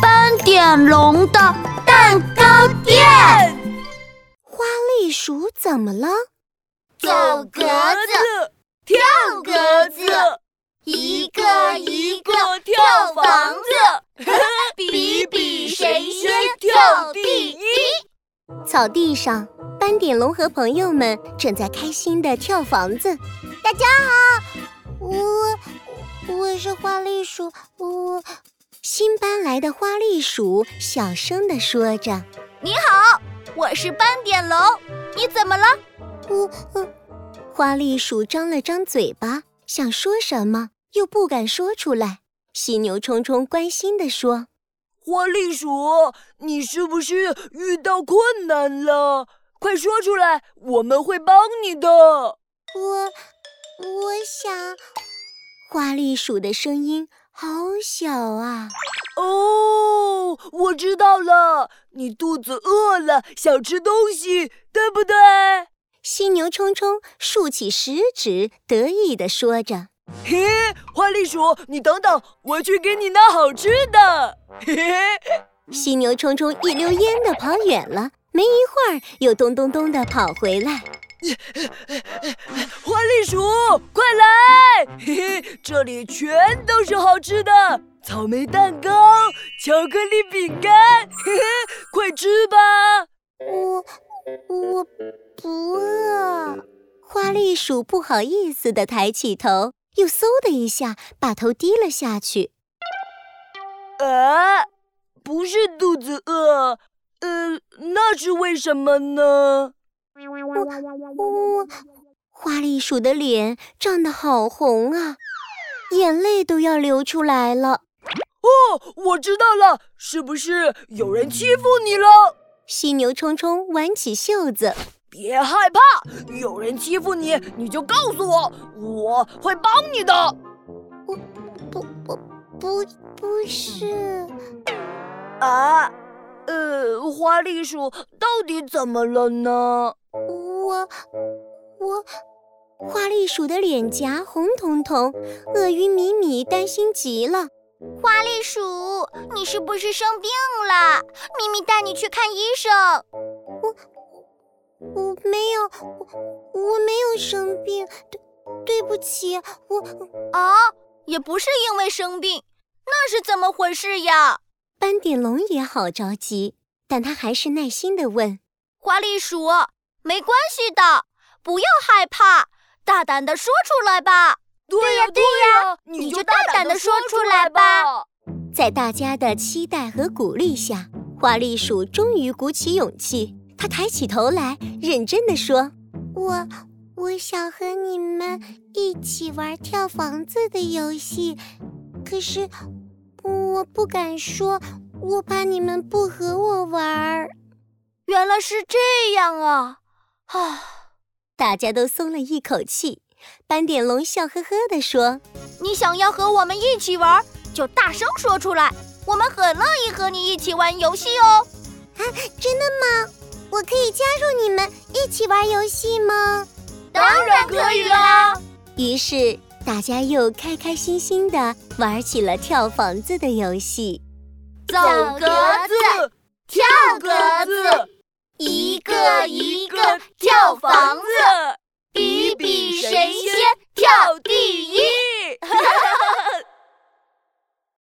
斑点龙的蛋糕店。花栗鼠怎么了？走格子，跳格子一个一个跳房子，比比谁先跳第一。草地上，斑点龙和朋友们正在开心的跳房子。大家好，我我是花栗鼠，我新搬来的花栗鼠小声的说着你好，我是斑点龙，你怎么了？：“我、呃……花栗鼠张了张嘴巴，想说什么又不敢说出来。犀牛冲冲关心的说花栗鼠，你是不是遇到困难了？快说出来，我们会帮你的。：‘我我想……’花栗鼠的声音好小啊。”哦，我知道了，你肚子饿了，想吃东西，对不对？犀牛冲冲竖起食指，得意地说着嘿，花栗鼠，你等等，我去给你拿好吃的。嘿嘿，：“犀牛冲冲一溜烟地跑远了。”没一会儿，又咚咚咚地跑回来。花栗鼠，快来！ 嘿嘿，这里全都是好吃的，草莓蛋糕、巧克力饼干， 嘿嘿，快吃吧！我我不饿。花栗鼠不好意思地抬起头，又嗖的一下把头低了下去。啊，不是肚子饿，呃，那是为什么呢？我花栗鼠的脸涨得好红啊，眼泪都要流出来了。哦，我知道了，是不是有人欺负你了？犀牛冲冲挽起袖子，别害怕，有人欺负你，你就告诉我，我会帮你的。不不不不是，啊，呃，花栗鼠到底怎么了呢？我我花栗鼠的脸颊红彤彤，鳄鱼米米担心极了。花栗鼠，你是不是生病了？咪咪带你去看医生。我没有，我我没有生病，对对不起，我哦，也不是因为生病，那是怎么回事呀？斑点龙也好着急，但他还是耐心地问花栗鼠，没关系的，不要害怕，大胆的说出来吧。对呀、对呀、你你就就大大胆胆的地说说出出来来吧吧。在大家的期待和鼓励下，花栗鼠终于鼓起勇气，它抬起头来，认真地说：“我，我想和你们一起玩跳房子的游戏，可是我不敢说，我怕你们不和我玩。原来是这样啊！啊，”大家都松了一口气。斑点龙笑呵呵地说你想要和我们一起玩，就大声说出来，我们很乐意和你一起玩游戏哦。：“真的吗？我可以加入你们一起玩游戏吗？”当然可以啦！于是大家又开开心心的玩起了跳房子的游戏。走格子，子，跳格子，一个一个跳房子，比比谁先跳第一。